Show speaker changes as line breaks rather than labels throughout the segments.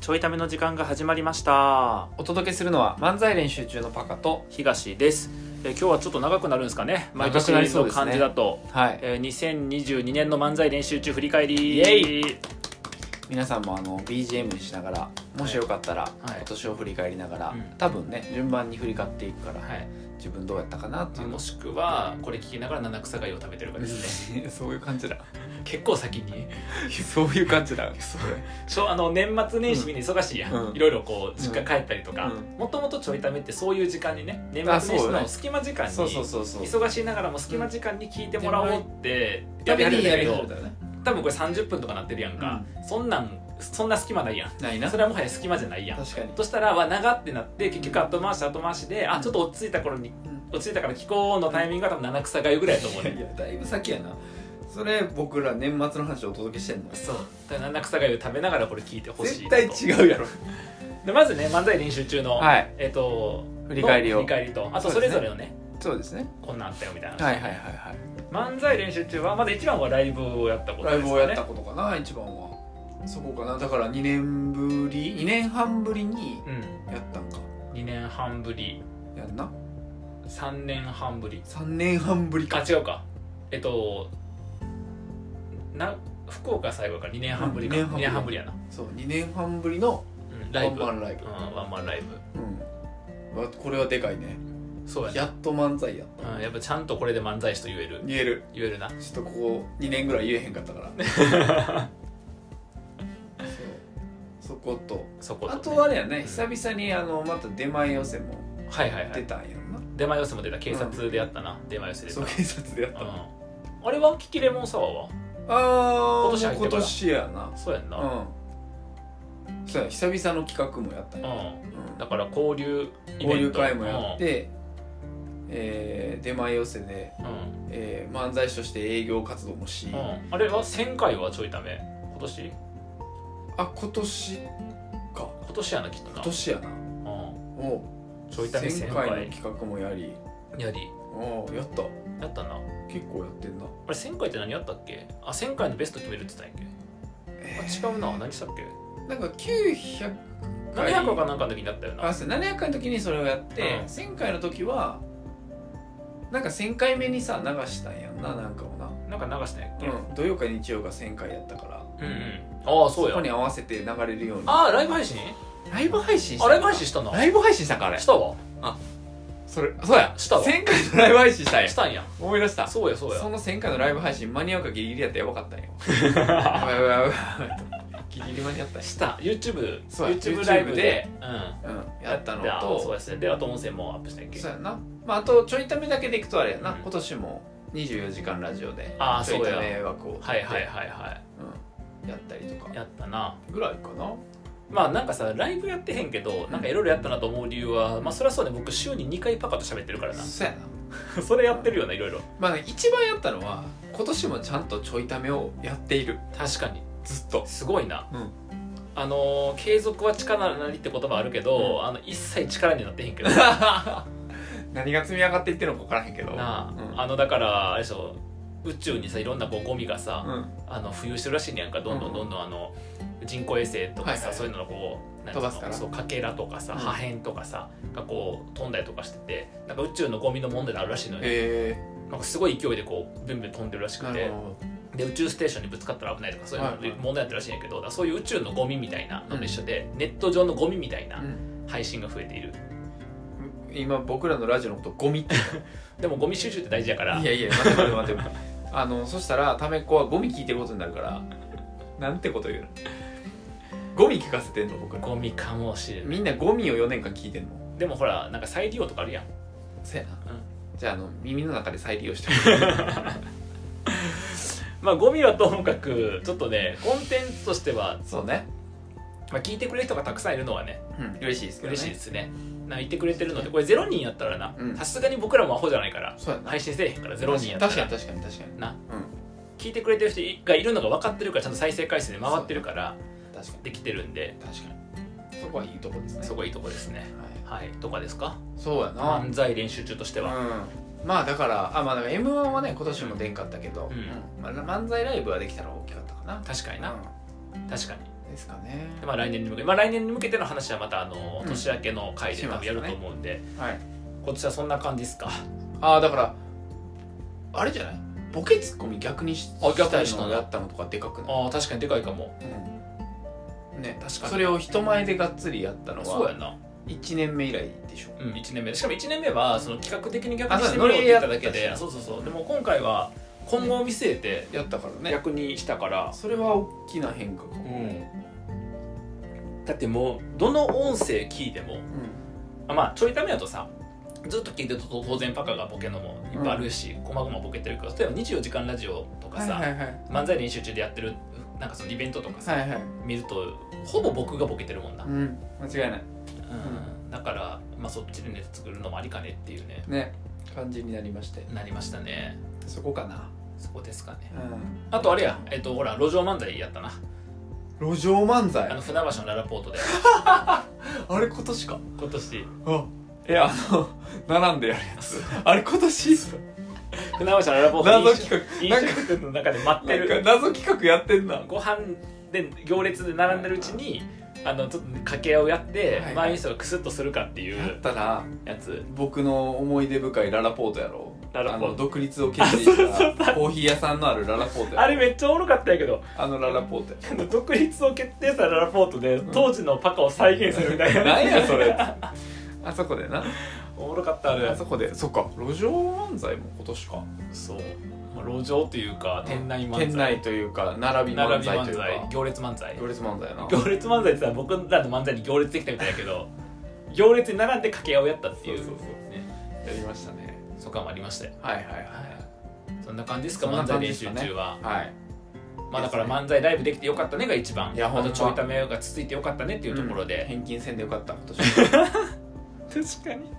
ちょいための時間が始まりました
お届けするのは漫才練習中のパカと
東ですえー今日はちょっと長くなるんですかね毎
長
年
くなりそう
の
ですね
感じだと、
はい
えー2022年の漫才練習中振り返り
イエ皆さんもあの BGM にしながらもしよかったら、
い
今年を振り返りながら、
うん
多分ね順番に振り返っていくから、
はい
自分どうやったかなっていうの
もしくはこれ聞きながら七草貝を食べてるかですね
そういう感じだ
結構先に
そういう感じだそれ
ちょあの年末年始みんな忙しいやん、
うん
いろいろこう実家帰ったりとか
うん
もともとちょいためってそういう時間にね年
あ
末
そ
年始
うよね
の隙間時間に
そうそうそうそう
忙しいながらも隙間時間に聞いてもらおうって
やめ
ん
に
だ
や
け
る
ど
んだよね
多分これ30分とかなってるやんか、そんなんそんな隙間ないやん
ないな
それはもはや隙間じゃないやん
確かに
そしたらは長ってなって結局後回し後回しであちょっと落ち着いた頃に落ち着いたから聞こうのタイミングが多分七草がゆぐらいやと思うね
いやだいぶ先やなそれ僕ら年末の話をお届けしてんの
そうだから七草がゆ食べながらこれ聞いてほしい
絶
な
対違うやろ
でまずね漫才練習中の、
はい
えっ、と
振り返りを
の振り返りとあとそれぞれのね
そうですね
こんなんあったよみたいな、
はいはいはいはい
漫才練習中はまだ一番はライブをやったこと
ライ
です
ブ
かね
をやったことかな一番はそこかなだから2年ぶり2年半ぶりに
うん
やったんか
2年半ぶり
やんな
3年半ぶり
3年半ぶり
あ
か
違うかえっとな福岡最後か2年半ぶりか、
うん
二
二年半
2年半ぶ
ぶり
りやな、
そう2年半ぶりの
うん、ラ
ワ
イ
ン
ブ
マンライブ
うん、ワンマンライブ
うんわこれはでかいね
そうやな
やっと漫才やっ
うん、やっぱちゃんとこれで漫才師と言える
た言える
言えるな
ちょっとここ2年ぐらい言えへんかったから そうそこと
そこと、
あとはあれや
う
ね
ん
久々にあのまた出前寄せも
はいはいは
出
い
たんやろな、
出前寄せも出た警察でやったな、出前寄せで
そう警察でやった、あ
うん、あれはキキレモンサワーは
あ
今年入ってから
今年やな
そうやんな、
うんそうや久々の企画もやったん
う
や、
ん
うん
だから交流イ
交
ベン
流
ト
会もやって、えー出前寄せで、
うん、うん
えー漫才師として営業活動もし、
うんあれは1000回はちょいため今年
あ今年か
今年やなきっとな
今年やな
う
お
ん、ちょいため1000
1000
回
回の企画もやり
やり
おやった
やったなあ
結構やってんな
れ1000回って何やったっけあ1000回のベスト決めるって言ったんや
え
っけあ違うな何したっけ
なんか900
700かなんかの時になったよな
あそう700回の時にそれをやって、
うん
1000回の時はなんか1000回目にさ流したんやんななんかも
な
な、
んか流したんやっけ
うん、土曜か日曜が1000回やったから
うん、うん、ああそう
こに
や
合わせて流れるように
ああライブ配信
ライブ配信
あライブ配
信
信したな
ライブ配信したんかあれ
したわ
それそうや
したわ
1000回のライブ配信したんや
したんや
思い出した
そうやそうや
その1000回のライブ配信間に合うかギリギリやったらやばかった んよやばいやばいやばいギリギリ間に合ったんや
した YouTube
そうや
YouTube ライブ
YouTube
で
で、
うん
うんやったの
であ
と
そうですねであと音声もアップしたっけ
そうやな、まあ、あとちょいためだけでいくとあれやな、
うん
今年も『24時間ラジオ』で
あー
ちょい
そ
た
うや
め枠を
はいはいはいは
うん、やったりと
い
か
やったな
ぐらいかな
まあなんかさライブやってへんけどなんかいろいろやったなと思う理由はまあそりゃそうね僕週に2回パパと喋ってるからな
そうやな
それやってるよないろいろ
まあ、ね、一番やったのは今年もちゃんとちょいためをやっている
確かに
ずっと
すごいな、
うん
あのー継続は力なりって言葉あるけど、あの一切力になってへん けどな
何が積み上がっていってるのか分からへんけど
あ,、
うん
あのだからあれでしょ宇宙にさいろんなこうゴミがさ、
うん
あの浮遊してるらしいねやんかどんどんどんどんあの人工衛星とかさ、
はいはい
そういうののこうなんていう
飛
の
ばすから
そうかけらとかさ
うん
破片とかさがこう飛んだりとかしててなんか宇宙のゴミの問題があるらしいのよ、
へ
なんかすごい勢いでこうビュンビュン飛んでるらし
えな
く
る
て
ほど
で宇宙ステーションにぶつかったら危ないとかそういうの
はいはい
問題になってるらしいんやけど、だからそういう宇宙のゴミみたいなのと一緒で、ネット上のゴミみたいな
うん
配信が増えている
今僕らのラジオのことゴ ミって
でもゴミ収集って大事やから
いやいや待って待って待ってあのそしたらタメっ子はゴミ聞いてることになるからなんてこと言うのゴミ聞かせてんの僕ら
ゴミかもしれない
みんなゴミを4年間聞いてんの
でもほらなんか再利用とかあるやん
せやな、
うん
じゃああの耳の中で再利用してもらう
まあゴミはともかくちょっとねコンテンツとしては、
そうね、
まあ、聞いてくれる人がたくさんいるのはね
うん、嬉しいですけどね
嬉しいですねな言ってくれてるのでこれ0人やったらな
うん
さすがに僕らもアホじゃないから
そうやな
配信せえへんから0人やった
確からに確かに確かに
な
うん
聞いてくれてる人がいるのが分かってるからちゃんと再生回数で回ってるから
確かに
できてるんで
確かにそこはいいとこですね
そこいいとこですね
はい、
はいとかですか
そうやな、
漫才練習中としては
うんまあだからあまあだから m 1はね今年も出んかったけど、
うん
うんまあ、漫才ライブはできたら大きかったかな
確かにな確かに
ですかね
でまあ、来年に向けて、まあ、来年に向けての話はまたあの
うん
年明けの回で多分やると思うんで、
はい
今年はそんな感じですか
ああだからあれじゃないボケツッコミ逆にし
あ逆に
したい
した
の
んだ
があったのとかでかくない
ああ確かにでかいかも
うんね
確かに
それを人前でがっつりやったの
そうや
は
んな、
1年目以来でしょ
うん、1年目しかも1年目はその企画的に逆
あ
に
そう
してみようって言っただけ
ノリでや
で
ったし
そうそうそうでも今回は今後を見据えて
やったからね
逆にしたから、
それは大きな変化かも
うん、だってもうどの音声聞いてもあまあちょいためだとさずっと聞いてると当然パカがボケのもいっぱいあるし、こまごまボケてるけど例えば24時間ラジオとか
はい
さ、
はいはい
漫才練習中でやってるなんかそのイベントとかさ
はいはい
見るとほぼ僕がボケてるもんな、う
うんん間違いない
だから、まあ、そっちでネタ作るのもありかねっていうね
ね感じになりまして
なりましたね
そこかな
そこですかね
うん
あとあれやえっとほら路上漫才やったな
路上漫才
あの船橋のララポートで
あれ今年か
今年
あいやあの並んでやるや つあれ今年
船橋のララポート
謎
飲
企画
食飲食店の中で待って
なんか
る
謎企画やってんな
ご飯で行列で並んでるうちにあのちょっと掛け合いをやって、
はいはい
周りの人がクスッとするかってい
やっ
う
たな
やつ
僕の思い出深いララポートやろ
ララポート
あの独立を決意したコーヒー屋さんのあるララポートや
あれめっちゃおもろかったんやけど
あのララポートや
あの独立を決定したララポートで当時のパカを再現するみたいな
なんやそれ あそこでな
おもろかったあれ
あそこでそっか路上漫才も今年か
そう、まあ、路上というか店内漫才
店内というか並び
並
漫
び
才とい
漫
うか
才行列漫才
行列漫才やな
行列漫才ってさ僕らの漫才に行列できたみたいやけ ど行列に並んで掛け合いをやったっていう
そうそう
ね
やりましたね
そうかもありましたよ
はいはいはい
そんな感じですか
そんな
漫才
感じ
練
です
習
かね
中は、
はい
まあだから漫才ライブできてよかったねが一番
いやほんま
あとちょいためが続いてよかったねっていうところで、
返金せんでよかった今 年
確かに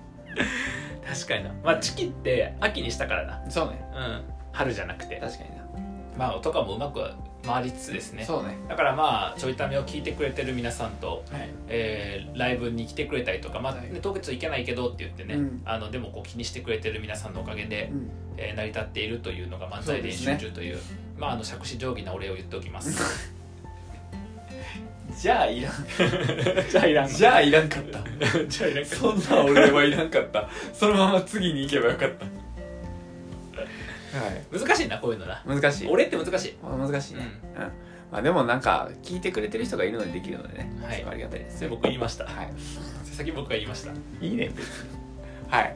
確かになまあチキって秋にしたからな
そうね
うん春じゃなくて
確かにな、
まあとかもうまく回りつつですね
そうね
だからまあちょいためを聞いてくれてる皆さんと、
はい
えーライブに来てくれたりとか、まあ
はい
ね、東京ちょっと行けないけどって言ってね、
うん
あのでもこう気にしてくれてる皆さんのおかげで
う、ん
えー成り立っているというのが漫才練習中というまああの杓子定規なお礼を言っておきます
じゃあい らん
じゃあいら
じゃあいらんかった
じゃあいらんか
そんな俺はいらんかったそのまま次に行けばよかったはい
難しいなこういうのな
難しい
俺って難しい
まあ難しいね、うんまあでもなんか聞いてくれてる人がいるのでできるのでね、
はい
そこありがたいです
それ僕言いました
は
先僕が言いましただか
いいいね別にはい、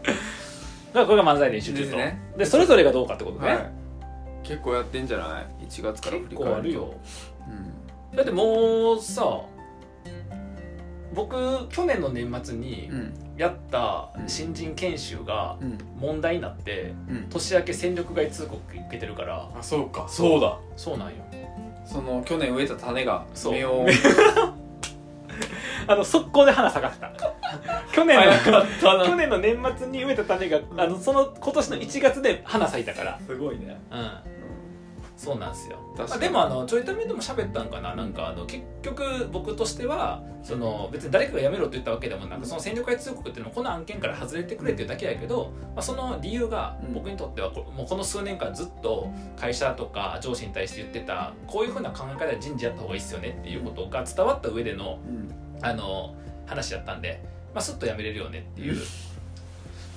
らこれが漫才練習中
で
と
すね
でそれぞれがどうかってことね、
はい、結構やってんじゃない1月から振
結
り返る
構
と
あるよ
うん
だってもうさ僕去年の年末に
うん
やった新人研修が
うん
問題になって
うん
年明け戦力外通告受けてるから
あそうかそうだ
そうなんよ
その去年植えた種が
そう
芽を
あの速攻で花咲か せた去年
早
の
かった
去年の年末に植えた種があのその今年の1月で花咲いたから
すごいね
うんそうなんですよ、
確
ま
か
あ、
に
でもあのちょいためでも喋ったんかななんかあの結局僕としてはその別に誰かが辞めろって言ったわけでもなくその戦力外通告っていうのはこの案件から外れてくれっていうだけやけど、まあ、その理由が
うん
僕にとってはこもうこの数年間ずっと会社とか上司に対して言ってたこういうふうな考え方で人事やった方がいいっすよねっていうことが伝わった上での
うん
あの話やったんで、まあ、すっと辞めれるよねっていう
うん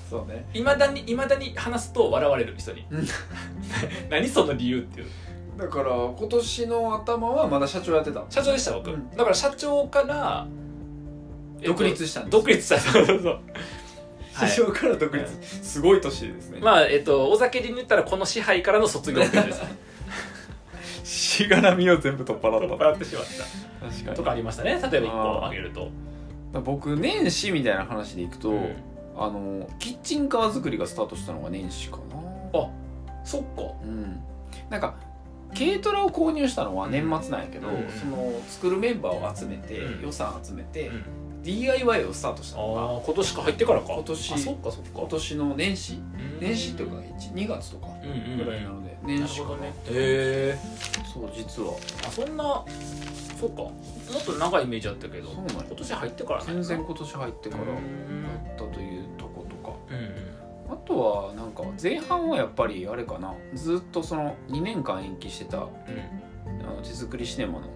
そうね
いまだにいまだに話すと笑われる人に
うん
何その理由っていう
だから今年の頭はまだ社長やってた
社長でした僕、
うん
だから社長から、えっと
独立したんです
独立した そうそうそうはい
社長から独立、
は
すごい年ですね、
まあえっとお酒で言ったらこの支配からの卒業っていうですね
しがらみを全部取っ払
取っ
った
払ってしまった
確か
とかありましたね例えば1個挙げると
僕年始みたいな話でいくと、
うん
あのキッチンカー作りがスタートしたのが年始かな
あそっか
うんなんか軽トラを購入したのは年末なんやけど、
うん
その作るメンバーを集めて、
うん
予算集めて、
うん
DIY をスタートした
あ
のが
ー今年か入ってからか
今年
あそっかそっ
今
か
年の年始
うん
年始というか2月とか
うんうんうん
ぐらいなので、年
なる
始か
ほ
な
どねへえ
そう実は
あそんなそっかもっと長いイメージあったけど
そうなんや
今年入ってからね
全然今年入って
だ
か
からら
だ
う
ったというとことか
んうん
あとはなんか前半はやっぱりあれかなずっとその2年間延期してたあ
うん
の手作りシネマの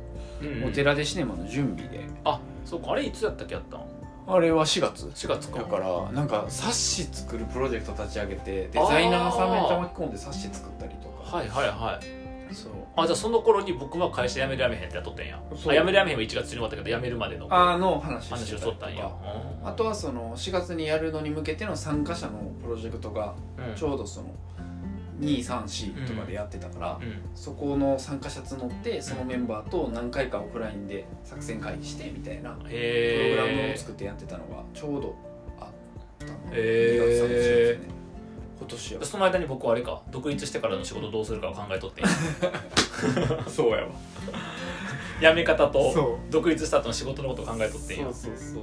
うん
お寺でシネマの準備で
あそうかあれいつやったっけやったん
あれは4月
4月か
だからなんか冊子作るプロジェクト立ち上げてデザイナーさんめっちゃ巻き込んで冊子作ったりとか
はいはいはい
そう
あじゃあその頃に僕は会社辞めるやめへんってやっとったんや
そう
あ辞めるやめへんは1月に終わったけど辞めるまでの
あの話
話
し
をし
て
たと
り
ったん
と
や
かあとはその4月にやるのに向けての参加者のプロジェクトが
うん
ちょうどその234とかでやってたから、
うん
そこの参加者募ってそのメンバーと何回かオフラインで作戦会議してみたいな
へ
プログラムを
え
作ってやってたのがちょうどあったの
へー
2月3月ですね今年は
その間に僕はあれか独立してからの仕事どうするかを考えとってんや
そうやわ
辞め方と
そう
独立した後の仕事のことを考えとってんや
そうそうそう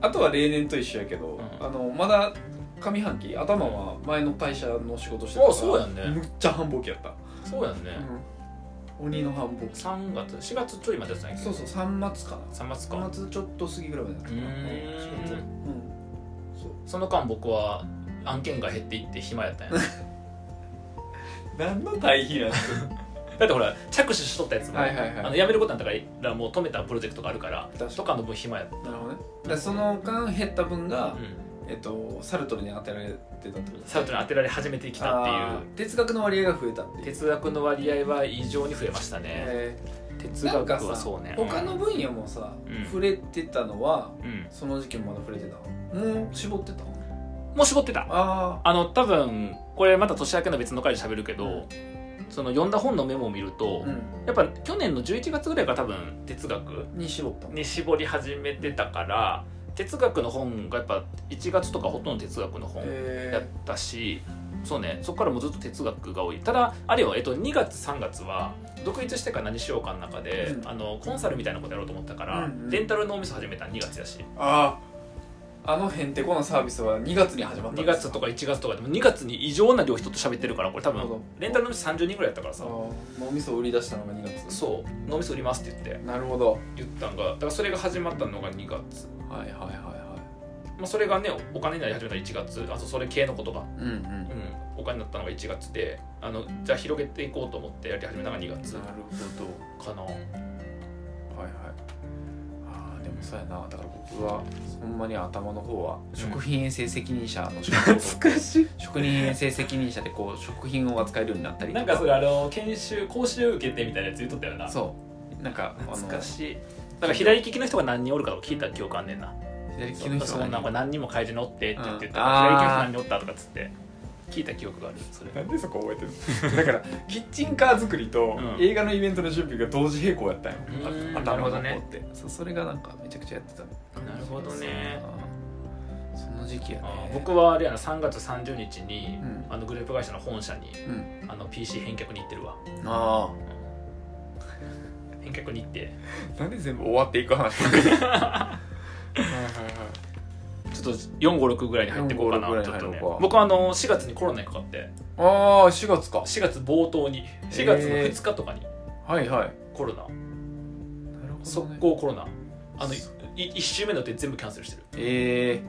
あとは例年と一緒やけど、
うん
あのまだ上半期頭は前の会社の仕事してた
あそうやんね
むっちゃ繁忙期やった、
そうやんね
うん鬼の繁忙期
3月4月ちょいまでやったんやけ
そう
ど
そう3月かな
3月か
3月ちょっと過ぎぐらいまでだったかな
うーん
4月うんそう
その間僕は案件が減っていって暇やった んや
何の対比なんです
だってほら着手しとったやつも、
はいはいはい
あの辞めることになったからもう止めたプロジェクトがあるから
確かに
とかの分暇やった、
なるほどねだからその間減った分が、
うん、
えっと、サルトルに当てられてたってこと
サウトに当てられ始めてきたってい
あー哲学の割合が増えたっていうう、
哲学の割合は異常に増えましたね
え
哲
ーなん
学
か
は
さ
そうね
他の分野もさ、
うん
触れてたのは
うん、
その時期もまだ触れてたのもう絞ってたの
もう絞ってた
あ
あの多分これまた年明けの別の回で喋るけど、
うん
その読んだ本のメモを見る
あ
と、
うん
やっぱ去年の11月ぐらいから多分哲学
に絞ったの
に絞り始めてたから哲学の本がやっぱ1月とかほとんど哲学の本やっ
え
たし、そうねそこからもうずっと哲学が多いただあれよ、えっと、2月3月は独立してから何しようかの中で、
うん
あのコンサルみたいなことやろうと思ったから、
うんうん
レンタルのお店始めた2月やし
ー、あああのへんてこなサービスは2月に始まった
2月と
か
か1月とかでも2月に異常な量人と喋ってるからこれ多
なるほ
分
ど
レンタルのお店30人ぐらいやったから
さ
さ
脳みそを売り出したのが2月
そう脳みそ売りますって言って
なるほど
言ったんがだからそれが始まったのが2月、
はいはいはいは
まあ、それがねお金になり始めた1月あとそれ系のことが
いうんうん
うん、お金になったのが1月であのじゃあ広げていこうと思ってやり始めたのが2月
な
か
るほど
な
はいはいあーでもそうやなだから僕はほんまに頭の方は食品衛生責任者の仕 事を
かし
職人衛生責任者でこう食品を扱えるようになったりと
なんかそれあの研修講習受けてみたいなやつ言っとったよな
そうなんか
懐かしいだから左利きの人が何人おるかを聞いた記憶あんねんな
あの左利
そ
きの人
うなんか
何
何人も会場におってって言って
うん
たから、左利きの人
あー
何人おったとかっつって聞いた記憶があるそれ
なんでそこ覚えてる だからキッチンカー作りと
うん
映画のイベントの準備が同時並行やったんよ
うーん
あ頭の方
なるほ
って、そうそれがなんかめちゃくちゃやってた
なるほどね
あーその時期やね
あー僕はあれやな3月30日に、
うん
あのグループ会社の本社に
うん
あの PC 返却に行ってるわ
あ
返却に行って
あなんで全部終わっていく話 はいはいはい
ちょっと456ぐらいに入っていこうかな
456ぐらい
ち
に
ょっ
入
と
ろうか
ね僕はあの4月にコロナにかかって
ああ4月か
4月冒頭に4月の2日とかに
はいはい
コロナ、
なるほ
速攻コロナあのい1週目の予定全部キャンセルしてる
え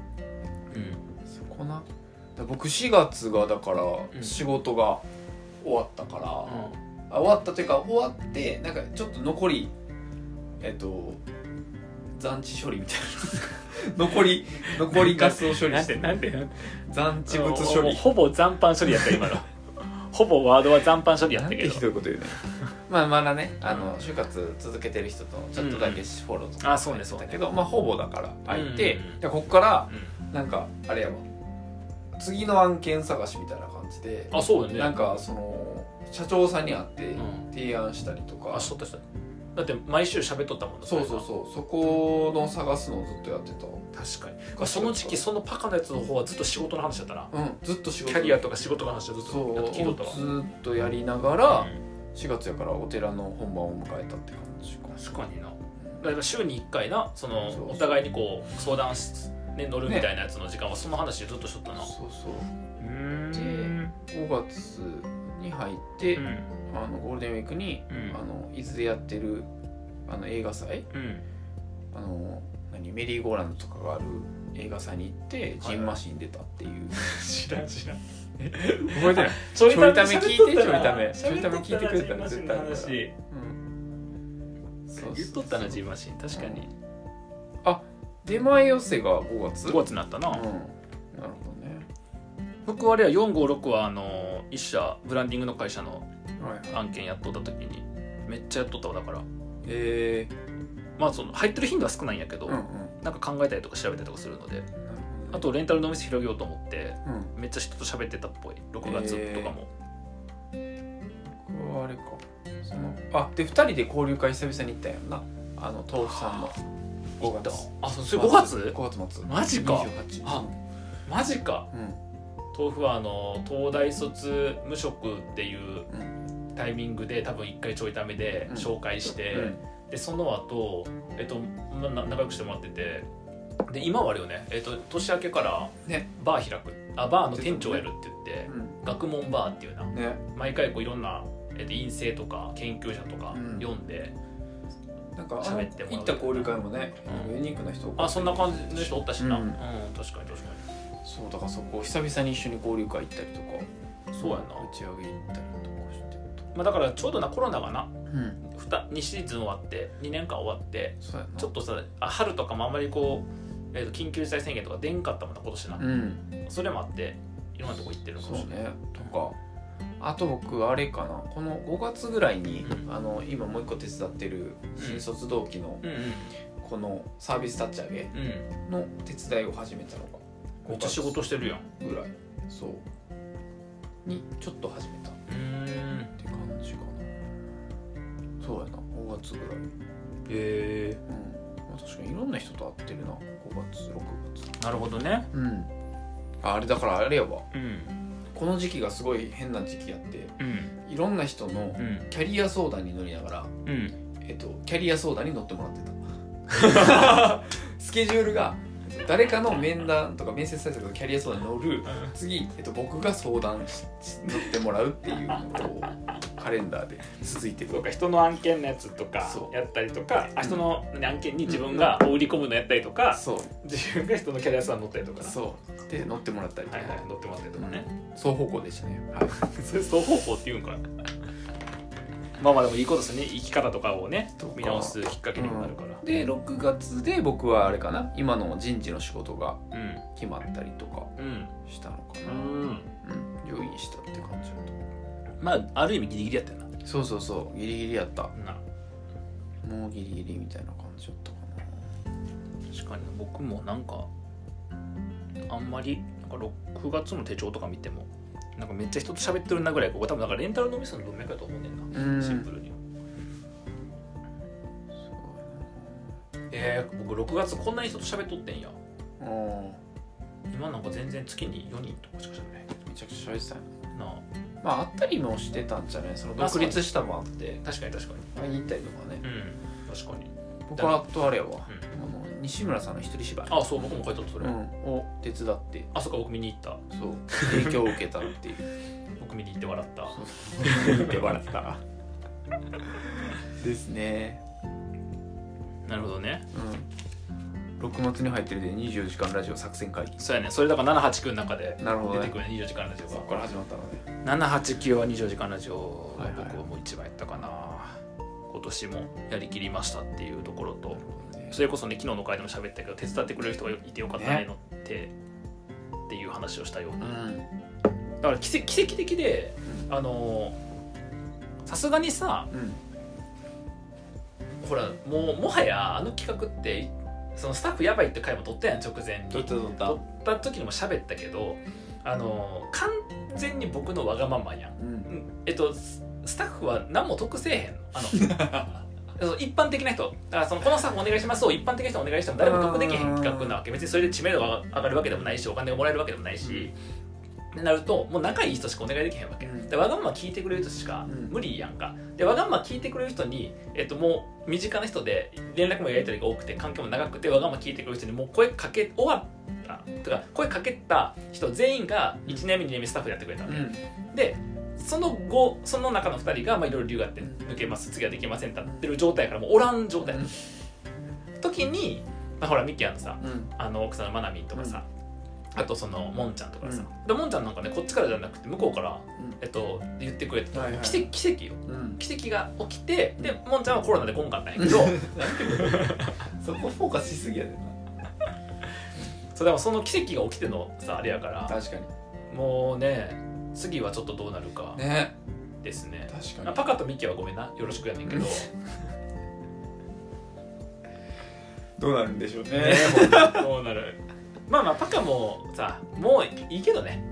え
うん
そこなだ僕4月がだから
ん
仕事が終わったから、あ終わったというか終わってなんかちょっと残りえっと残地処理みたいな 残り残りガスを処理して
なんてなんて
残地物処
もう
理
ほぼ残飯処理やった今のほぼワードは残飯処理や
な
っ
ん
たけ
てひ
ど
どいこと言うねま あまだねあの就活続けてる人とちょっとだけフォローとか
あそうねそう
だ
ね
けど、まあほぼだから空いて、
うんうんうん
でこっから
うん
なんかあれやわ次の案件探しみたいな感じで
あそうだね
なんかその社長さんに会って
うん
提案したりとか、
あ
そ
そうだそうだだって毎週喋っとったもんな
うそうそうそこの探すのをずっとやってた
確かにまあその時期そのパカのやつの方はずっと仕事の話だったな
うんずっと仕
キ
事
ャリアとか仕事の話をずっ
そ
とやっと聞いとったわ
うをずっとやりながら、4月やからお寺の本番を迎えたって感じか
確かになだから週に1回なその
そうそう
お互いにこう相談し、ね、乗るみたいなやつの時間はその話でずっとしとったな、
そうそう
うん
5月に入って、
うん
あのゴールデンウィークに、
うん
あの伊豆でやってるあの映画祭
うん
あの何メリーゴーランドとかがある映画祭に行ってジンマシン出たっていう、
知らん知らん
覚えてない
ちょ
いため聞いて
喋っとったな
ちょい
喋っとったな
ためちょいため聞いてくれたら
ジンマシン
絶対あ
の
るから
話
そうそうそう
言っとったなジーマシン確かに
出前寄せが5月
5月になったな、
うんなるほどね
僕はあれや456はあの一社ブランディングの会社の
はいはい
案件やっとった時にめっちゃやっとったわだから
えー
まあその入ってる頻度は少ないんやけど、
うんうん
なんか考えたりとか調べたりとかするので
なるほどね
あとレンタルのお店広げようと思って
うん
めっちゃ人と喋ってたっぽい6月とかも、
これはあれかそのあで2人で交流会久々に行ったんやんなあの豆腐さんの5月
あそうそれ5月
?5 月末
マジか
28
あマジか
うん
豆腐はあの東大卒無職っていう
う
タイミングで多分1回ちょいためで
うん
紹介して、でその後えっと、ま、な仲良くしてもらっててで今はあれよね、えっと、年明けから
ね
バー開くあバーの店長やるって言って、
うん
学問バーっていうな
うんね
毎回こういろんな、えっと、院生とか研究者とか
うん
読んで、
なんかあの
喋ってもらう
行った交流会もね、
うん
ユニークな人多か
あ
った
そんな感じの人おったしな、
う
うんん確かに確か
そうだからそこ久々に一緒に交流会行ったりとか
にそうやな、
打ち上げ行ったりとかして
まあ、だからちょうどなコロナがな
うん
2, 2シーズン終わって2年間終わって
そうやな
ちょっとさあ春とかもあんまりこう、えーと緊急事態宣言とか出んかったもんな今年な、
うん
それもあっていろんなとこ行ってるか
そ
もし
う
れない
ねとかあと僕あれかなこの5月ぐらいに、
うん
あの今もう一個手伝ってる新卒同期の
うん
このサービス立ち上げ
うんうん
の手伝いを始めたのが
めっちゃ仕事してるやん
ぐらいそうにちょっと始めたっ
うん
て感じかなそうやな5月ぐらいうん
へえ
まあ確かにいろんな人と会ってるな5月6月
なるほどね
うんああれだからあれやわ
うん
この時期がすごい変な時期やって
うん
いろんな人の
うん
キャリア相談に乗りながら、
うん
えっと、キャリア相談に乗ってもらってた スケジュールが誰かの面談とか面接対策のキャリア相談に乗る次、えっと、僕が相談しし乗ってもらうっていうのをカレンダーで続いて
そ
る
うか人の案件のやつとか
そう
やったりとか
う
あ
ん
人の何案件に自分が売り込むのやったりとか
そう
自分が人のキャリアさん乗ったりとかな
そうで乗ってもらったりと
は
か、
いはい乗ってもらったりとかね
双方向でしたね、はい、
それ双方向っていうんかなまあまあでもいいことですね生き方とかをね
とか
見直すきっかけにもなるから
で6月で僕はあれかな今の人事の仕事が
うん
決まったりとか
うん
したのか
う
な、
ん
うん、留院したって感じだと
まあある意味ギリギリやったよ
そうそうそうギリギリやった
なな
もうギリギリみたいな感じだったかな
確かに僕もなんかあんまりなんか6月の手帳とか見てもなんかめっちゃ人と喋ってるなぐらいここ多分なんかレンタルのミスの文脈やと思うねんな、
うん
シンプルにえー、僕6月こんなに人と喋っとってんや
うん
今なんか全然月に4人とかしか喋れ
めちゃくちゃ喋ってたよ
ないなあ
まああったりもしてたんじゃないその
まあ
独立したもあって
確かに確かに
会いに行ったりとかね
うん確かに
僕はあとあれやわ、
う
あの西村さんの一人芝居
あそう僕も書いとったそれ、
うん、を手伝って
あそっか僕見に行った
そう影響を受けたっていう
僕見に行って笑った
見て笑ったですね
なるほどね
うん6月に入ってるで24時間ラジオ作戦会議
そうやねそれだから789の中で
なるほ
出
ど
て
ね
くるね24時間ラジオ
そ
が
こから始まったのね
789は24時間ラジオ
はいはい
僕はもう一番やったかな、今年もやりきりましたっていうところとそれこそね昨日の回でも喋ったけど手伝ってくれる人がいてよかったねのって、っていう話をしたよう
う
なんだから奇跡奇跡的であのーさすがにさ
うん
ほらもうもはやあの企画ってそのスタッフやばいって回も撮ったやん直前に
撮った撮った
撮った時にも喋ったけどあのー完全に僕のわがままやん
うん
うんえっとススタッフは何も得せえへんのあ のそう一般的な人だからそのこのスタッフお願いしますを一般的な人お願いしても誰も得できへん企画なわけ別にそれで知名度が上がるわけでもないしお金がもらえるわけでもないし、ってなるともう仲いい人しかお願いできへんわけ、
うん
でわがまま聞いてくれる人しか
うん
無理やんかでわがまま聞いてくれる人に、えっと、もう身近な人で連絡もやり取りが多くて関係も長くてわがまま聞いてくれる人にもう声かけ終わったとか声かけた人全員が1年目2年目スタッフやってくれたわ
う
け、
ん
でその後その中の2人がまあいろいろ理由があって
うん
抜けます次はできませんってなってる状態やからもうおらん状態
うん
時に、まあ、ほらミキアのさ
うん
あの奥さんのマナミンとかさ、あとそのもんちゃんとかさ、
う
でもんちゃんなんかねこっちからじゃなくて向こうから、
ん
えっと、言ってくれてた、
はいはい
奇跡奇跡よ
うん
奇跡が起きてでもんちゃんはコロナで来んかったんやけど
そこフォーカスしすぎやでな
そうでもその奇跡が起きてのさあれやから
確か
もうね次はちょっとどうなるか
にね
ですね
確
まあパカとミキはごめんなよろしくやねんけど、ね
どうなるんでしょ うね
え、もうどうなるまあまあパカもさもういいけどね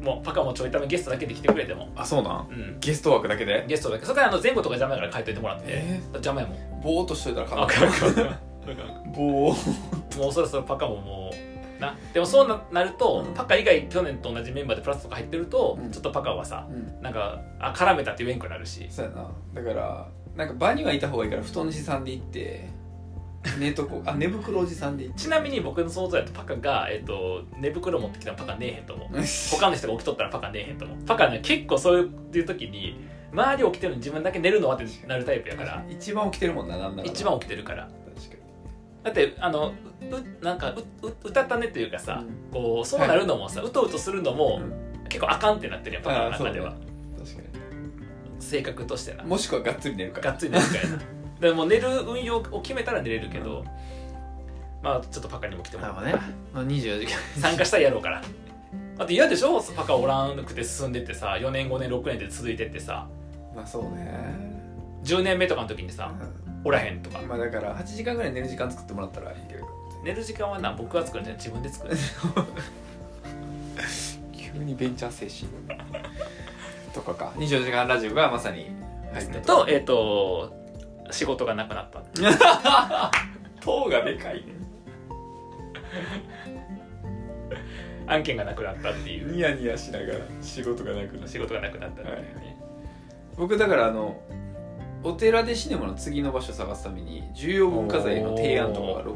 もうパカもちょいためゲストだけで来てくれても
あそうなん
うん
ゲスト枠だけで
ゲストだけそれからあの前後とか邪魔やから帰っといてもらって、
え
邪魔やもん
ぼーっとしといたら
あ
か
かんあかんあかん
ぼー
もうそろそろパカももうなでもそうななると、
うん
パカ以外去年と同じメンバーでプラスとか入ってると、
うん
ちょっとパカはさ
うん
なんかあ絡めたって言えんくなるし
そうやなだからなんか場にはいた方がいいから布団持参で行って寝とこうあ寝袋おじさんで行っ
ちなみに僕の想像だとパカが、えっと寝袋持ってきたらパカねえへんと思う
て
他の人が起きとったらパカねえへんと思うパカね結構そういう時に周り起きてるのに自分だけ寝るのはってなるタイプやから
一番起きてるもんななんだ
一番
起
起きてるから
きてる
だってあのうなんかうう歌ったねというかさ、
うん
こうそうなるのもさ、うとうとするのも、
うん
結構あかんってなってるやんパカの中では、
あ確か
性格としてな
にもしくはがっつり寝るか
が
ら
っつり寝るから やなでもう寝る運用を決めたら寝れるけど、まあちょっとパカにも来てもらう
ねまあ24時間
参加したらやろうからだって嫌でしょパカおらんくて進んでってさ4年5年6年で続いてってさ
まあそうね
10年目とかの時にさおらへんとか
まあだから8時間ぐらい寝る時間作ってもらったらいいけど
寝る時間はな僕が作るんじゃない自分で作る
急にベンチャー精神とかか24時間ラジオがまさに入った
とえっ、と仕事がなくなった
塔がでかいね
案件がなくなったっていう
ニヤニヤしながら仕事がなくな
仕事がなくなったっていうね、
僕だからあのお寺でシネマの次の場所探すために重要文化財の提案とかが678と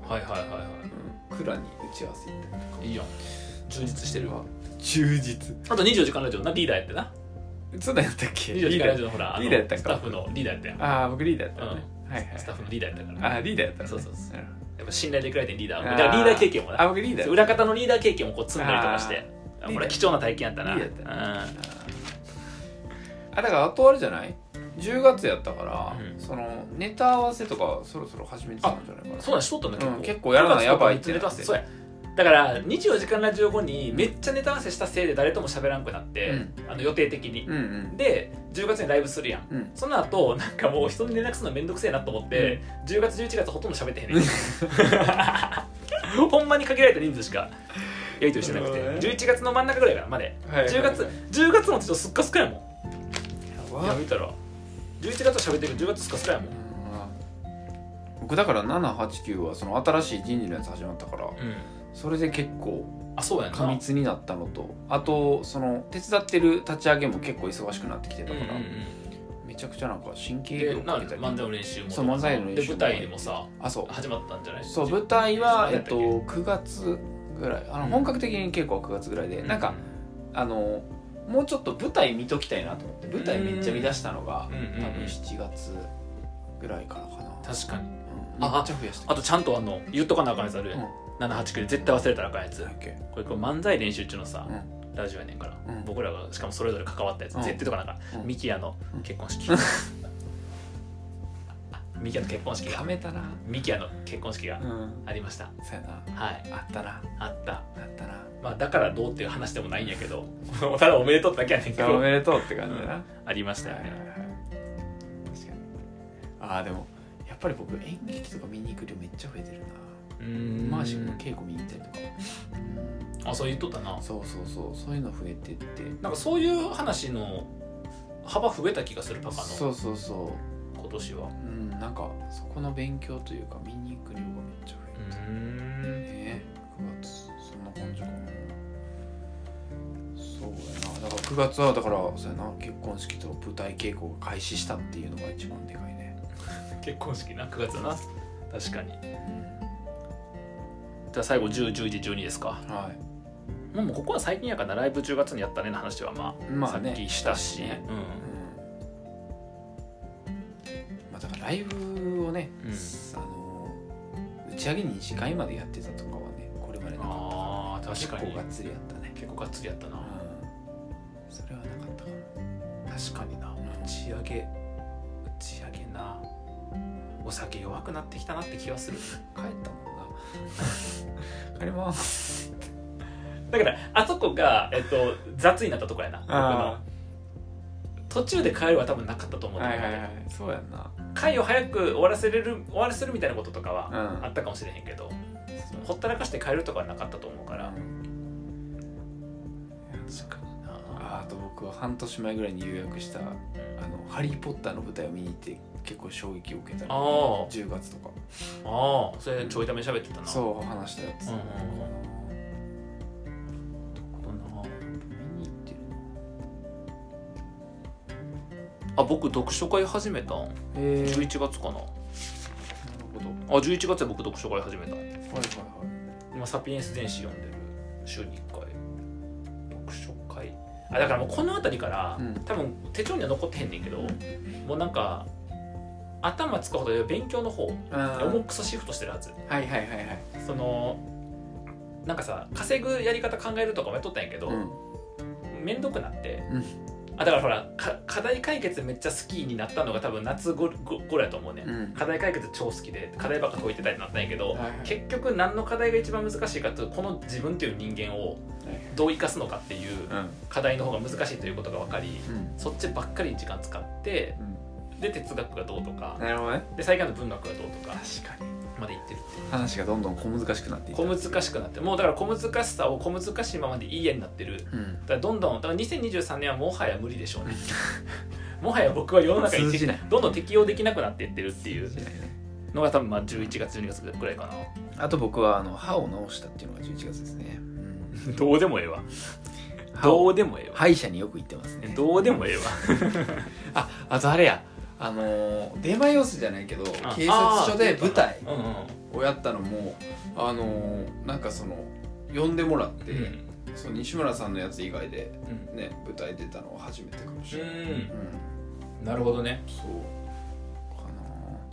か、
はい、はいはいは
うん、蔵に打ち合わせ行ったりとか
いいいやん充実してるわ
充実
あと24時間ラジオなリーダーやってな
そうだやったっけ
24時間ラジオのほらあの
リーダーやったん
ス
か
タッフのリーダーやったやん
ああ僕リーダーやったのね、はいはい
スタッフのリーダーやったから
あーリーダーやったの、ね、
そうそうそう
なるほど
やっぱ信頼できられてるリーダー
あー
だからリーダー経験もな
あ僕リーダー
そう裏方のリーダー経験もこう積んだりとかして
あー
あこれ貴重な体験やったな
リーダ
う
ーや
ん
あだからあとあれじゃない10月やったから、
うん
そのネタ合わせとかそろそろ始めてたんじゃないかな
そうなんしとったんだ結構、
うん結構やらなやばいっ
ってて
な
ネタ合
って
わせそうやだから24時間ラジオ後にめっちゃネタ合わせしたせいで誰とも喋らんくなって、
うん
あの予定的に
う、ん
で10月にライブするやん
うんうん
その後なんかもう人に連絡するのめんどくせえなと思って、10月11月ほとんど喋ってへんねん ほんまに限られた人数しかやり取りしてなくて、
なるほどね
11月の真ん中ぐらいからまで
はい
10月
や
10月もちょっとすっかすかやもんいや
ば
見たら11月は喋ってるけど10月すかすかやもん
うん僕だから789はその新しい人事のやつ始まったから
うん
それで結構
あそうやんな
過密になったのとあとその手伝ってる立ち上げも結構忙しくなってきてた
う
か
んうん
ら、
うん
めちゃくちゃなんか神経
で
力
な
か
ん
け
で
たり
漫才の練習も
そう漫才の練習
で舞台でもさ
あそう
始まったんじゃない
そう舞台は、
そう
え
や
っ
った
と、
っけ
9月ぐらいあの
うん
本格的に稽古は9月ぐらいで、なんかあのもうちょっと舞台見ときたいなと思って舞台めっちゃ見出したのが、
うんうんうん
多分7月ぐらいからかな、
確かに
うん
あ
めっちゃ増やして
あとちゃんとあの言っとかなあかんやつあるやん、
うん
789で絶対忘れたらあかんやつ
だっけ
これこれ漫才練習中のさ、
うん
ラジオやねんから、
うん
僕らがしかもそれぞれ関わったやつ、
うん
絶対とかなんか、
うん
ミキヤの
うん
結婚式、 ミキヤの結婚式
や
が
めたな
ミキヤの結婚式が
うん
ありました、
そうやな
はい
あったな
あった
あったな
まあだからどうっていう話でもないんやけど ただおめでとうってだけやねんけ
お
ど
めでとうって感じだな、
ありましたよ
はいはいはい
ね
確かにああでもやっぱり僕演劇とか見に行く量めっちゃ増えてるな
うーん
マーシンの稽古見に行ったりとか、
あそう言っとったな
そうそうそうそういうの増えてって
なんかそういう話の幅増えた気がするパカ
そ
の
うそうそ
今年は
ううんなんかそこの勉強というか見に行く量がめっちゃ増
う
えて
ーん
るね9月そんな感じかなそうやなだから9月はだからそうやな結婚式と舞台稽古が開始したっていうのが一番でかいね
結婚式な9月だな確かに
うん
じゃあ最後101112ですか
は
まあもうここは最近やからなライブ10月にやったねの話はま
い
あ、
まあ
さっき
ね
したし、
ねうんまあだからライブをね、
うん
あの打ち上げに2次会までやってたとかはねこ
確か
結
に
構がっつりやったね
結構がっつりやったな
うんそれはなかったか
確かにな打ち上げ打ち上げなお酒弱くなってきたなって気がする
な帰ったも んな帰ります
だからあそこが、えっと、雑になったとこやな僕の途中で帰るは多分なかったと思う
あー
んだけど
はいはいはいそうやんな
会を早く終わらせれる終わらせるみたいなこととかは
うん
あったかもしれへんけど、
そう
ほったらかして帰るとかはなかったと思うから、
確かに
あ
ああと僕は半年前ぐらいに予約した「あのハリー・ポッター」の舞台を見に行って結構衝撃を受けた
あ
の
ー
10月とか
あーそれちょいために喋ってたな
そう話したやつ、
うんうん
見に行ってる
あ僕読書会始めたん
えー、なる
11月かな
ほどは
あ11月で僕読書会始めた
いはいはい
今「サピエンス全史」読んでる週に1回読書会あだからもうこの辺りから、
うん
多分手帳には残ってへんねんけど、もうなんか頭使うほど勉強の方
あー
重くそシフトしてるはず
はいはいはいはい
そのなんかさ稼ぐやり方考えるとかもやっとったんやけど、
うん
めんどくなって、
うん
あだからほらか課題解決めっちゃ好きになったのが多分夏ごご頃やと思うね、
うん
課題解決超好きで課題ばっか解いてたってなったんやけど、
はいはい
結局何の課題が一番難しいかというとこの自分という人間をどう生かすのかっていう
うん
課題の方が難しいということが分かり
うん
そっちばっかり時間使ってで哲学がどうとか
なるほどね
で最近の文学がどうとか
確かに
までいってるっていう
話がどんどん小難しくなっていった
小難しくなってもうだから小難しさを小難しいままでいいやになってる
うん
だからどんどんだから2023年はもはや無理でし ょうねもはや僕は世の中に
通じない
どんどん適応できなくなっていってるっていう
通じないね
のが多分まあ11月12月ぐらいかな
あと僕はあの歯を治したっていうのが11月ですね、うん
どうでもええわ
歯
ど
を
うでもええわ
歯医者によく行ってますね
どうでもええわ
ああとあれやあのー出前要請じゃないけど
あ
警察署で舞台
うんうん
をやったのもあのーなんかその呼んでもらって、
うん
その西村さんのやつ以外でね舞台出たのは初めてかもしれない、
うん
うん
なるほどね
そうかな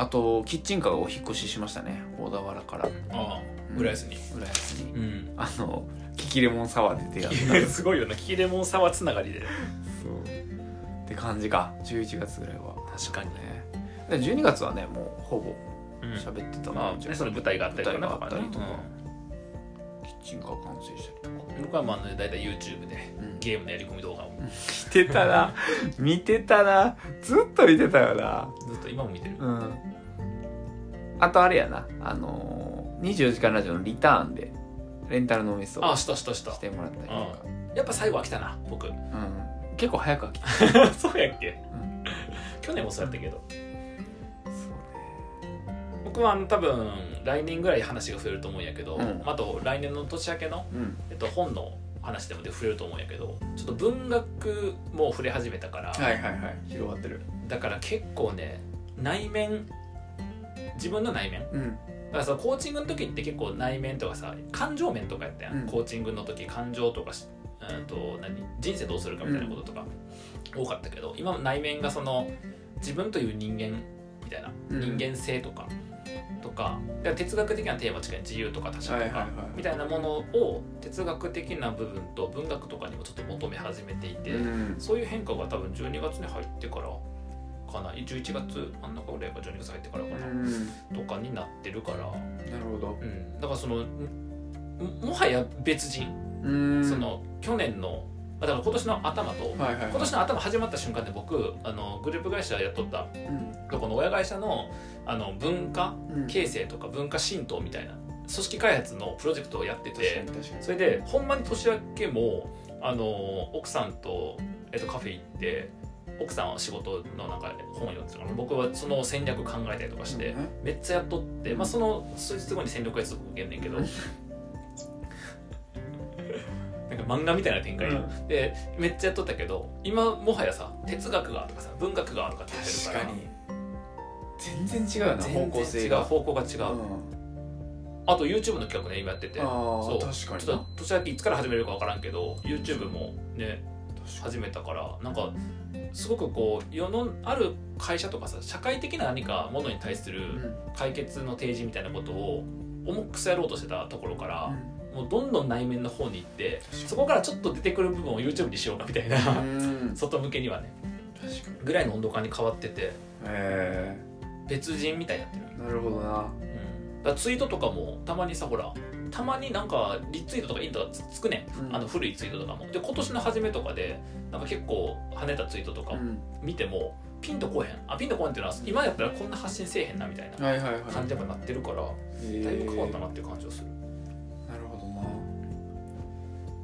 あとキッチンカーがお引っ越ししましたね小田原から
ああ浦安に
浦安に
うん
あのキキレモンサワーで出会っ た
すごいよなキレモンサワーつながりで
そうって感じか11月ぐらいは
確かに
ねで12月はねもうほぼ
うん
喋ってた
まあ
な、
ねその舞台があったりとか
舞台が
な
あっ
ん
た
か
り
ね
とか、
う
キッチンカー完成したりとか
ん僕はまあね大体 YouTube で
うん
ゲームのやり込み動画を
見てたな見てたなずっと見てたよな
ずっと今も見てる
うんあとあれやなあのー、24時間ラジオのリターンでレンタルのミスを
あしたしたし
したてもらったりとか、
やっぱ最後飽きたな僕
うん、結構早く飽きた
そうやっけ
ん
去年もそうやったけど
そう
僕はあの多分来年ぐらい話が増えると思うんやけど、
うん
あと来年の年明けの、
ね
えっと、本の話でもで触れると思うんやけどちょっと文学も触れ始めたから、
はいはいはい広がってる
だから結構ね内面自分の内面
うん
だからそのコーチングの時って結構内面とかさ感情面とかやったやん、
うん
コーチングの時感情とかし、うん、と何人生どうするかみたいなこととか多かったけど、今の内面がその自分という人間みたいな、
うん
人間性とかとかだから哲学的なテーマ近い自由とか他者とか、
はいはいはい
みたいなものを哲学的な部分と文学とかにもちょっと求め始めていて、
うん
そういう変化が多分12月に入ってからかな11月あん中ぐらいか12月入ってからかな、
うん
とかになってるから。
なるほど
うん、だからそのんもはや別人、
うん
その去年のあだから今年の頭と、
はいはいはい
今年の頭始まった瞬間で僕あのグループ会社やっとったとこの親会社のあの文化
うん、うん、
形成とか文化浸透みたいな組織開発のプロジェクトをやって
確か
て
に確かに
それでほんまに年明けもあの奥さんと、えっと、カフェ行って奥さんは仕事のなんか本読んでたから僕はその戦略考えたりとかして、
うんね
めっちゃやっとって、まあ、その数日後に戦力外通告受けんねん けど
う
なんんか漫画みたいな展開、
うん
でめっちゃやっとったけど今もはやさ哲学がとかさ文学がとかって言ってる
確
から
かに全然違うよな方向
全
性
然違う
が
方向が違う、
うん
あと YouTube の企画ね今やっててちょ
あ
そう
あ確
っ
かに
と年明けいつから始めるか分からんけど YouTube もね始めたからなんかすごくこう世のある会社とかさ社会的な何かものに対する
な
解決の提示みたいなことを重くさやろうとしてたところから、
うん
もうどんどん内面の方に行ってそこからちょっと出てくる部分を YouTube にしようかみたいな、
うん
外向けにはね
確かに
ぐらいの温度感に変わってて
え
別人みたいになってる、
ー、なるほどな
うん、だからツイートとかもたまにさほらたまになんかリツイートとかインとかつつくねん、
うん
あの古いツイートとかもで今年の初めとかでなんか結構跳ねたツイートとか
うん
見てもピンとこうへんあピンとこうへんっていうのは今やったらこんな発信せえへんなみたいな
はいはいはい
感じになってるからだいぶ変わったなっていう感じがする、
なるほどな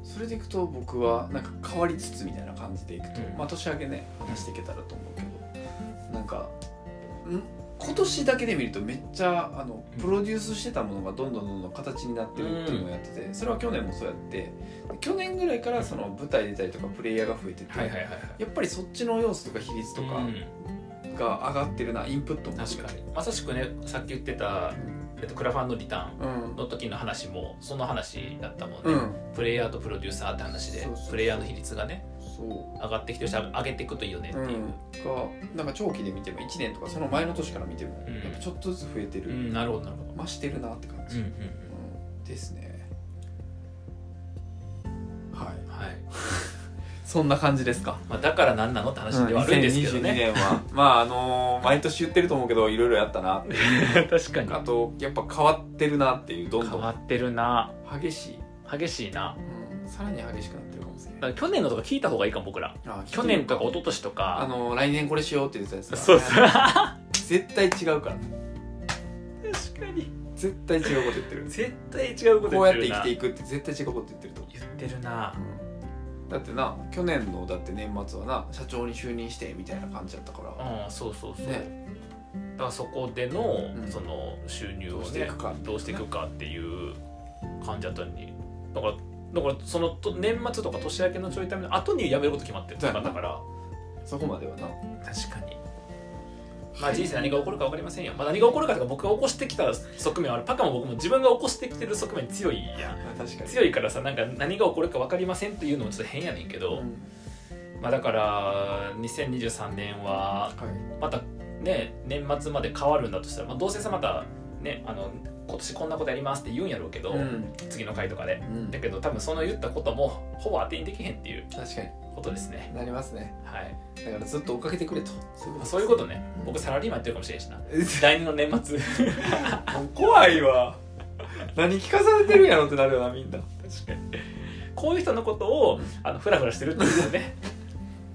それでいくと僕はなんか変わりつつみたいな感じでいくと、
うん
まあ年明けね話していけたらと思うけどなんかん今年だけで見るとめっちゃあのプロデュースしてたものがどんどんどんどん形になってるっていうのをやってて、それは去年もそうやって去年ぐらいからその舞台出たりとかプレイヤーが増えてて、
はいはいはいはい
やっぱりそっちの要素とか比率とか
う
が
ん
上がってるなインプットも
確
含め
か
て
にまさしくねさっき言ってた、えっと、クラファンのリタ
うん
ーンの時の話もその話だったもん
う
ね、
ん
プレイヤーとプロデューサーって話で
そうそうそう
プレイヤーの比率がね
そう
上がってきてるし上げていくといいよねっていう、
うん、がなんか長期で見ても1年とかその前の年から見ても、
うん
やっぱちょっとずつ増えて
う
る、
ん、なるほどなるほど。
増してるなって感
うん
じ、
う
うん
ん
ですね
うん。
はい
はい。
そんな感じですか
まあだからなんなのって話ではあるんですけどね。
2022年は まああのー毎年言ってると思うけどいろいろやったな って
確かに。
あとやっぱ変わってるなっていうどんど
変
ん
わってるな。
激しい、
激しいな。
うん、さらに激しくなってるかもしれ
だ
な
か
い
ら去年のとか聞いた方がいいかも僕ら。
あ
去年とか一昨年と
あ
か。
のー来年これしようって言ってたやつが
そうそう。確か
絶対違うから
に。
絶対違うこと言ってる
絶対違うこと
こう
言っ
やってて
る
生き
な。
ていくって絶対違うこと言ってると思う
言ってるな。
だってな去年のだって年末はな社長に就任してみたいな感じだったから、
うん、そうそうそう。
ね
だからそこでの、
うん
その収入を
どうしてい
ね
くかみたいなね
どうしていくかっていう感じだったのにだからだからそのと年末とか年明けのちょいための後に辞めること決まってる
そうや
だ
な
から
そこまではな
確かに。まあ人生何が起こるか分かりませんよ。まあ、何が起こるかとか僕が起こしてきた側面はある。パカも僕も自分が起こしてきてる側面強いやん。
確かに
強いからさ、なんか何が起こるか分かりませんっていうのもちょっと変やねんけど、まあだから2023年は
はい
またね、年末まで変わるんだとしたら、まあどうせさまたね、あの、今年こんなことやりますって言うんやろうけど、
うん
次の回とかで。
うん
だけど多分その言ったこともほぼ当てにできへんっていう
確か
ことですね。
になりますね
はい。
だからずっと追っかけてくれとそう
まあそういうことね。僕サラリーマンやってるかもしれんしな。
と
来年の年末確
怖いわ何聞かされてるんやろってなるよなみんな
かにこういう人のことをあのフラフラしてるっていうの ね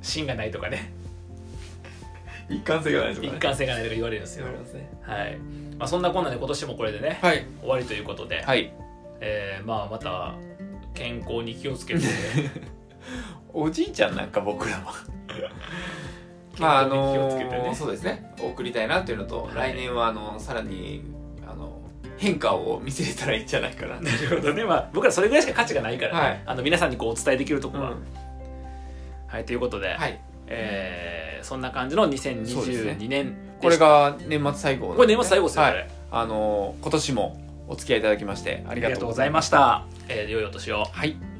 芯がないとかね
一貫性がないとか、ね、
一貫性がないとか言われるんですよ
ありますね
はい、まあ、そんなこんなで今年もこれでね
はい
終わりということで、
はい
えーまあまた健康に気をつけて
おじいちゃんなんか僕らは
健
まああ
康に気をつけてね、
のそうですね送りたいなというのと、
はい
来年はあのさらにあの変化を見せれたらいいんじゃないかな
なるほどねまあ僕らそれぐらいしか価値がないから、
はい
あの皆さんにこうお伝えできるところは、
うん
はいということで、
はい
えーそんな感じの
そうですね
2022年でした
これが年末最後なんで
これ年末最後ですよ、
は
こ
い
れ
あのー今年もお付き合いいただきましてあ
あ
り
り
が
が
と
とう
う
ご
ござ
ざ
い
い
ま
ますした。えー良いお年を。
はい